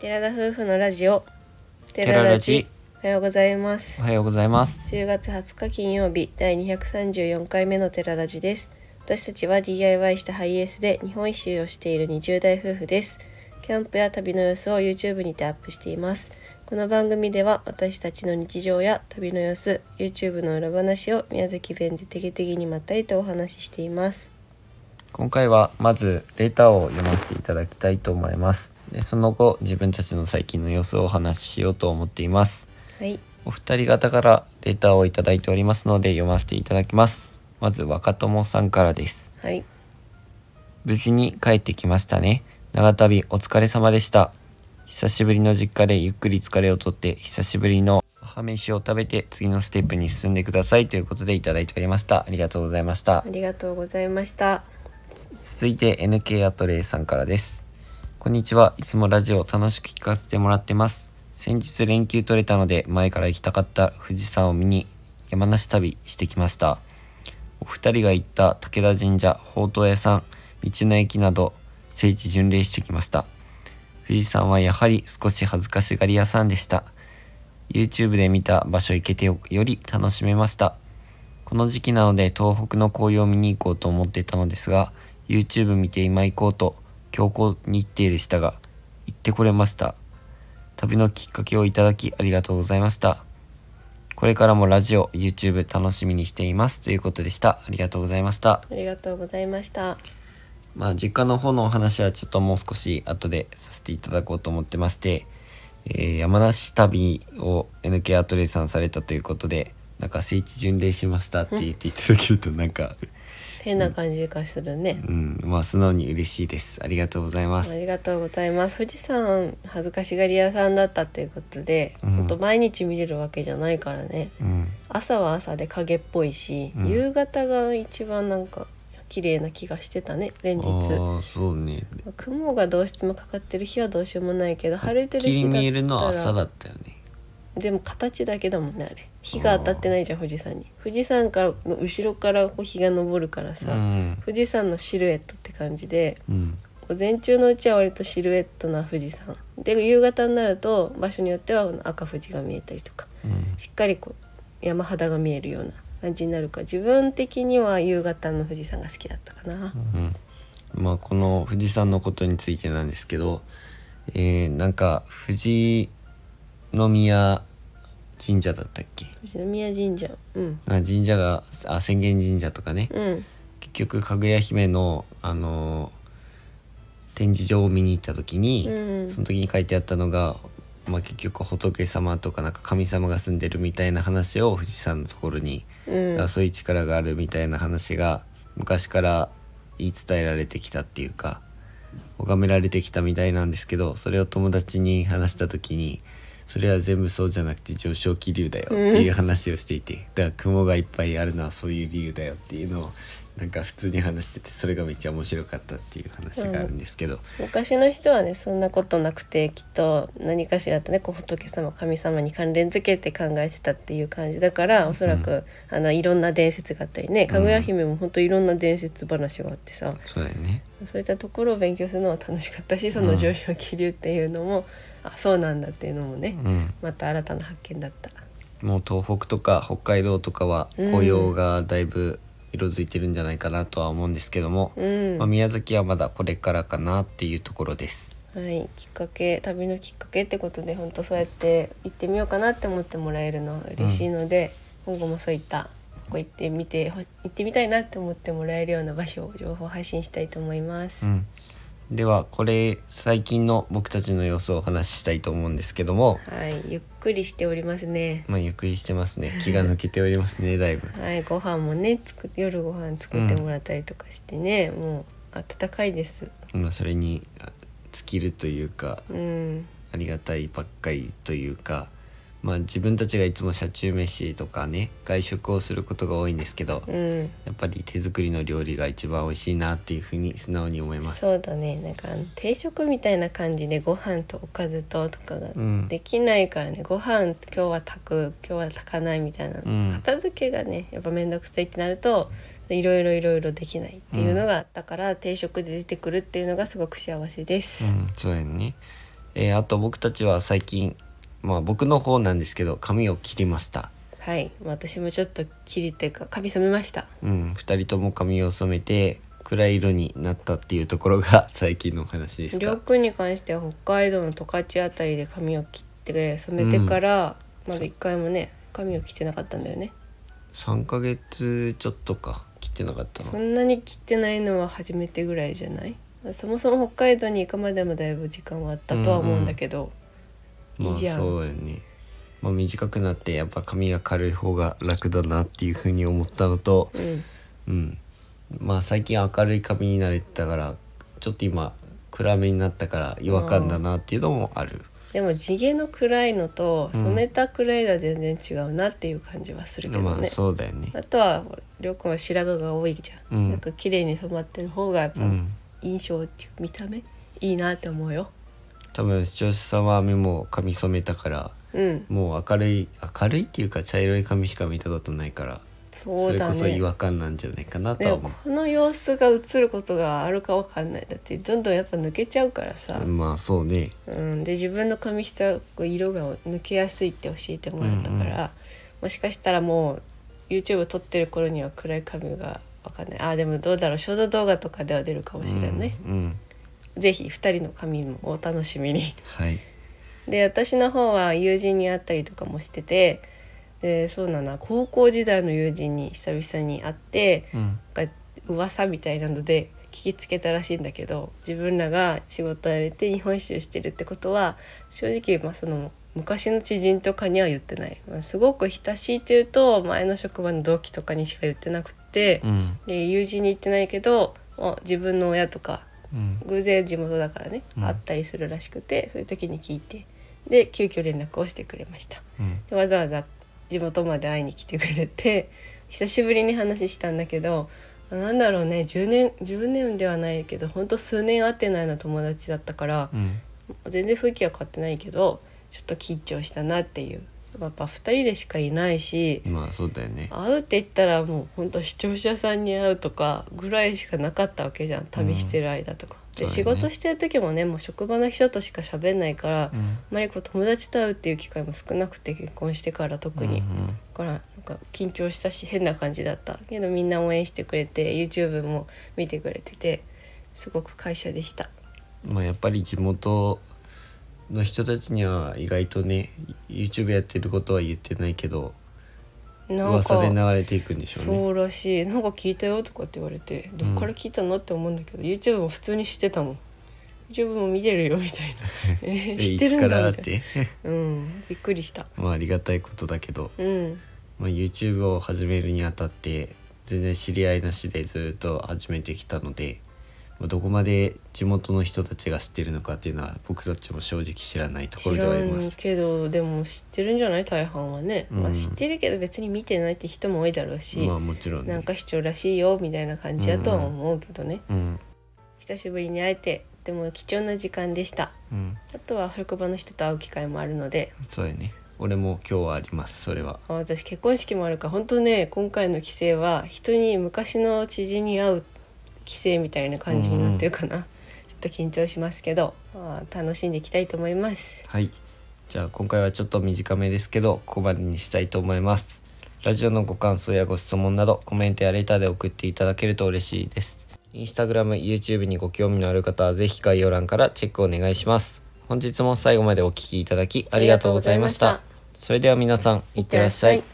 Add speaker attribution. Speaker 1: 寺田夫婦のラジオ
Speaker 2: テララジ
Speaker 1: おはようございます
Speaker 2: おはようございます
Speaker 1: 10月20日金曜日第234回目のテララジです私たちは DIY したハイエースで日本一周をしている20代夫婦ですキャンプや旅の様子を YouTube にてアップしていますこの番組では私たちの日常や旅の様子 YouTube の裏話を宮崎弁でてげてげにまったりとお話ししています
Speaker 2: 今回はまずレターを読ませていただきたいと思いますでその後自分たちの最近の様子をお話ししようと思っています
Speaker 1: はい
Speaker 2: お二人方からレターをいただいておりますので読ませていただきますまず若友さんからです
Speaker 1: はい
Speaker 2: 無事に帰ってきましたね長旅お疲れ様でした久しぶりの実家でゆっくり疲れをとって久しぶりの母飯を食べて次のステップに進んでくださいということでいただいておりましたありがとうございました
Speaker 1: ありがとうございました
Speaker 2: 続いて NK アトレイさんからですこんにちはいつもラジオ楽しく聞かせてもらってます先日連休取れたので前から行きたかった富士山を見に山梨旅してきましたお二人が行った武田神社宝刀屋さん道の駅など聖地巡礼してきました富士山はやはり少し恥ずかしがり屋さんでした YouTube で見た場所行けてより楽しめましたこの時期なので東北の紅葉を見に行こうと思っていたのですが YouTube 見て今行こうと強行日程でしたが行ってこれました旅のきっかけをいただきありがとうございましたこれからもラジオ YouTube 楽しみにしていますということでしたありがとうございました
Speaker 1: ありがとうございました
Speaker 2: まあ、実家の方のお話はちょっともう少し後でさせていただこうと思ってまして、えー山梨旅を NK アトレイさんされたということでなんか聖地巡礼しましたって言っていただけるとなんか、
Speaker 1: 変な感じがするね、
Speaker 2: うん、まあ素直に嬉しいですありがとうございま
Speaker 1: あ
Speaker 2: す
Speaker 1: りがとうございます富士山恥ずかしがり屋さんだったっていうことで、
Speaker 2: うん
Speaker 1: ほんと毎日見れるわけじゃないからね
Speaker 2: うん
Speaker 1: 朝は朝で影っぽいし、
Speaker 2: うん
Speaker 1: 夕方が一番なんか綺麗な気がしてたね連
Speaker 2: あ
Speaker 1: 日
Speaker 2: ーそうね
Speaker 1: 雲がどうしてもかかってる日はどうしようもないけど晴れてる日
Speaker 2: 切り
Speaker 1: だったら
Speaker 2: 見えるのは朝だったよね
Speaker 1: でも形だけだもんねあれ日が当たってないじゃん富士山に富士山からの後ろからこう日が昇るから
Speaker 2: う
Speaker 1: さ、
Speaker 2: ん、
Speaker 1: 富士山のシルエットって感じで
Speaker 2: うん、
Speaker 1: 午前中のうちは割とシルエットな富士山で夕方になると場所によってはこの赤富士が見えたりとか
Speaker 2: うん
Speaker 1: しっかりこう山肌が見えるような感じになるから自分的には夕方の富士山が好きだったかな。
Speaker 2: うん、まあこの富士山のことについてなんですけど、えーなんか富士宮神社だったっけ
Speaker 1: 富士宮神社うん
Speaker 2: あ神社があ浅間神社とかね
Speaker 1: うん
Speaker 2: 結局かぐや姫の、あのー展示場を見に行った時に、
Speaker 1: うん
Speaker 2: その時に書いてあったのが、まあ、結局仏様とかなんか神様が住んでるみたいな話を富士山のところに
Speaker 1: うん
Speaker 2: あそういう力があるみたいな話が昔から言い伝えられてきたっていうか拝められてきたみたいなんですけどそれを友達に話した時にそれは全部そうじゃなくて上昇気流だよっていう話をしていて、だから雲がいっぱいあるのはそういう理由だよっていうのをなんか普通に話しててそれがめっちゃ面白かったっていう話があるんですけど、
Speaker 1: 昔の人はねそんなことなくてきっと何かしらとねこう仏様神様に関連づけて考えてたっていう感じだからおそらく、あのいろんな伝説があったりねかぐや姫も本当いろんな伝説話があってさ、
Speaker 2: そうだよね。
Speaker 1: そういったところを勉強するのは楽しかったしその上昇気流っていうのも、あそうなんだっていうのもね、
Speaker 2: うん
Speaker 1: また新たな発見だった。
Speaker 2: もう東北とか北海道とかは紅葉がだいぶ色づいてるんじゃないかなとは思うんですけども、
Speaker 1: うん
Speaker 2: まあ、宮崎はまだこれからかなっていうところです。
Speaker 1: はい、きっかけ旅のきっかけってことで本当そうやって行ってみようかなって思ってもらえるのは嬉しいので、今後もそういったこう行ってみてほ行ってみたいなって思ってもらえるような場所を情報発信したいと思います。
Speaker 2: うん、ではこれ最近の僕たちの様子をお話ししたいと思うんですけども、
Speaker 1: はい、ゆっくりしておりますね。
Speaker 2: まあ、ゆっくりしてますね気が抜けております ねだいぶ。
Speaker 1: はい、ご飯もねつく夜ご飯作ってもらったりとかしてね、もう暖かいです。
Speaker 2: まあ、それにあ尽きるというか
Speaker 1: うん、
Speaker 2: ありがたいばっかりというか、まあ、自分たちがいつも車中飯とかね外食をすることが多いんですけど。
Speaker 1: うん。
Speaker 2: やっぱり手作りの料理が一番美味しいなっていうふうに素直に思います。
Speaker 1: そうだねなんかあの定食みたいな感じでご飯とおかずととかが
Speaker 2: うん
Speaker 1: できないからね、ご飯今日は炊く今日は炊かないみたいな、
Speaker 2: うん
Speaker 1: 片付けがねやっぱ面倒くさいってなるといろいろいろいろできないっていうのがあったから、定食で出てくるっていうのがすごく幸せです。
Speaker 2: うん、そうやね。えーあと僕たちは最近、まあ僕の方なんですけど、髪を切りました。
Speaker 1: はいまあ私もちょっと切りっていうか髪染めました
Speaker 2: うん、二人とも髪を染めて、暗い色になったっていうところが 最近のお話でし
Speaker 1: りょ
Speaker 2: た
Speaker 1: う。くんに関しては北海道の十勝あたりで髪を切って染めてから、まだ一回もね髪を切ってなかったんだよね
Speaker 2: 3ヶ月ちょっとか、切ってなかった
Speaker 1: そ
Speaker 2: の。
Speaker 1: んなに切ってないのは初めてぐらいじゃないそもそも北海道に行くまでもだいぶ時間はあったとは思うんだけど、い
Speaker 2: ま
Speaker 1: い
Speaker 2: あ
Speaker 1: じゃん
Speaker 2: そうやね。まあ短くなってやっぱ髪が軽い方が楽だなっていうふうに思ったのと、
Speaker 1: うん
Speaker 2: うん、まあ最近明るい髪に慣れてたからちょっと今暗めになったから違和感だなっていうのもある、
Speaker 1: でも地毛の暗いのと
Speaker 2: うん
Speaker 1: 染めた暗いのは全然違うなっていう感じはするけどね、
Speaker 2: まあそうだよね
Speaker 1: あとはほらりょうくんは白髪が多いじゃん、
Speaker 2: うん
Speaker 1: なんか綺麗に染まってる方がやっぱ
Speaker 2: うん
Speaker 1: 印象っていう見た目いいなって思うよ
Speaker 2: 多分視聴者さんは目も髪染めたから
Speaker 1: うん
Speaker 2: もう明るい明るいっていうか茶色い髪しか見たことないからそ,、
Speaker 1: そう
Speaker 2: れ
Speaker 1: だ
Speaker 2: こそ
Speaker 1: ね
Speaker 2: 違和感なんじゃないかなと
Speaker 1: で
Speaker 2: は
Speaker 1: も
Speaker 2: 思う
Speaker 1: この様子が映ることがあるかわかんないだってどんどんやっぱ抜けちゃうからさ、
Speaker 2: まあそうね
Speaker 1: うん、で自分の髪質は色が抜けやすいって教えてもらったから、
Speaker 2: うん
Speaker 1: もしかしたらもう YouTube 撮ってる頃には暗い髪がわかんないあーでもどうだろうショート動画とかでは出るかもしれないね、
Speaker 2: うん、うん
Speaker 1: ぜひ2人の髪もお楽しみに
Speaker 2: はい
Speaker 1: で私の方は友人に会ったりとかもしててでそうだな高校時代の友人に久々に会って
Speaker 2: うん
Speaker 1: なんか噂みたいなので聞きつけたらしいんだけど自分らが仕事を辞めて日本一周してるってことは正直まあその昔の知人とかには言ってない、まあ、すごく親しいっていうと前の職場の同期とかにしか言ってなくて、
Speaker 2: うん
Speaker 1: で友人に言ってないけどあ自分の親とか
Speaker 2: うん
Speaker 1: 偶然地元だからね、
Speaker 2: うん
Speaker 1: 会ったりするらしくてそういう時に聞いてで急遽連絡をしてくれました。
Speaker 2: うん
Speaker 1: でわざわざ地元まで会いに来てくれて 久しぶりに話したんだけどなんだろうね10年10年ではないけどほんと数年会ってないの友達だったから
Speaker 2: うん
Speaker 1: 全然雰囲気は変わってないけどちょっと緊張したなっていうやっぱ2人でしかいないし
Speaker 2: まあそうだよね
Speaker 1: 会うって言ったらもうほんと視聴者さんに会うとかぐらいしかなかったわけじゃん旅してる間とか。で
Speaker 2: そ
Speaker 1: 仕
Speaker 2: うだね
Speaker 1: 事してる時もねもう職場の人としか喋んないから、
Speaker 2: うん
Speaker 1: あまりこう友達と会うっていう機会も少なくて結婚してから特に、
Speaker 2: う
Speaker 1: だ
Speaker 2: ん
Speaker 1: からなんか緊張したし変な感じだったけどみんな応援してくれて YouTube も見てくれててすごく感謝でした
Speaker 2: まあ、やっぱり地元の人たちには意外とね YouTube やってることは言ってないけど
Speaker 1: なん
Speaker 2: 噂
Speaker 1: か
Speaker 2: で流れていくんでしょうね
Speaker 1: そうらしいなんか聞いたよとかって言われてどっから聞いたのって思うんだけど、YouTube も普通に知ってたもん YouTube も見てるよみたいなえ
Speaker 2: え
Speaker 1: ー知ってるんだ
Speaker 2: いつからっ
Speaker 1: みたいな
Speaker 2: て
Speaker 1: うんびっくりした
Speaker 2: まあありがたいことだけど、
Speaker 1: うん
Speaker 2: まあ、YouTube を始めるにあたって全然知り合いなしでずっと始めてきたので、まあ、どこまで地元の人たちが知ってるのかっていうのは僕たちも正直知らないところ
Speaker 1: 知
Speaker 2: で
Speaker 1: ら
Speaker 2: はありま
Speaker 1: ん
Speaker 2: す。
Speaker 1: けどでも知ってるんじゃない大半はね、
Speaker 2: うん
Speaker 1: まあ、知ってるけど別に見てないって人も多いだろうし、
Speaker 2: まあもちろんね。
Speaker 1: なんか視聴らしいよみたいな感じだとは思うけどね、
Speaker 2: うん
Speaker 1: 久しぶりに会えてとても貴重な時間でした
Speaker 2: うん、
Speaker 1: あとは職場の人と会う機会もあるので
Speaker 2: そうやね。俺も今日はありますそれは。
Speaker 1: あ私結婚式もあるから本当ね今回の帰省は人に昔の知人に会う帰省みたいな感じになってるかな、ちょっと緊張しますけど、まあ、楽しんでいきたいと思います
Speaker 2: はい。じゃあ今回はちょっと短めですけど、ここまでにしたいと思います。ラジオのご感想やご質問など、コメントやレターで送っていただけると嬉しいです。インスタグラム、YouTube にご興味のある方は、ぜひ概要欄からチェックお願いします。本日も最後までお聴きいただきありがとうございまし
Speaker 1: ありが
Speaker 2: た
Speaker 1: とう。
Speaker 2: それでは皆さん、いってらっしゃい。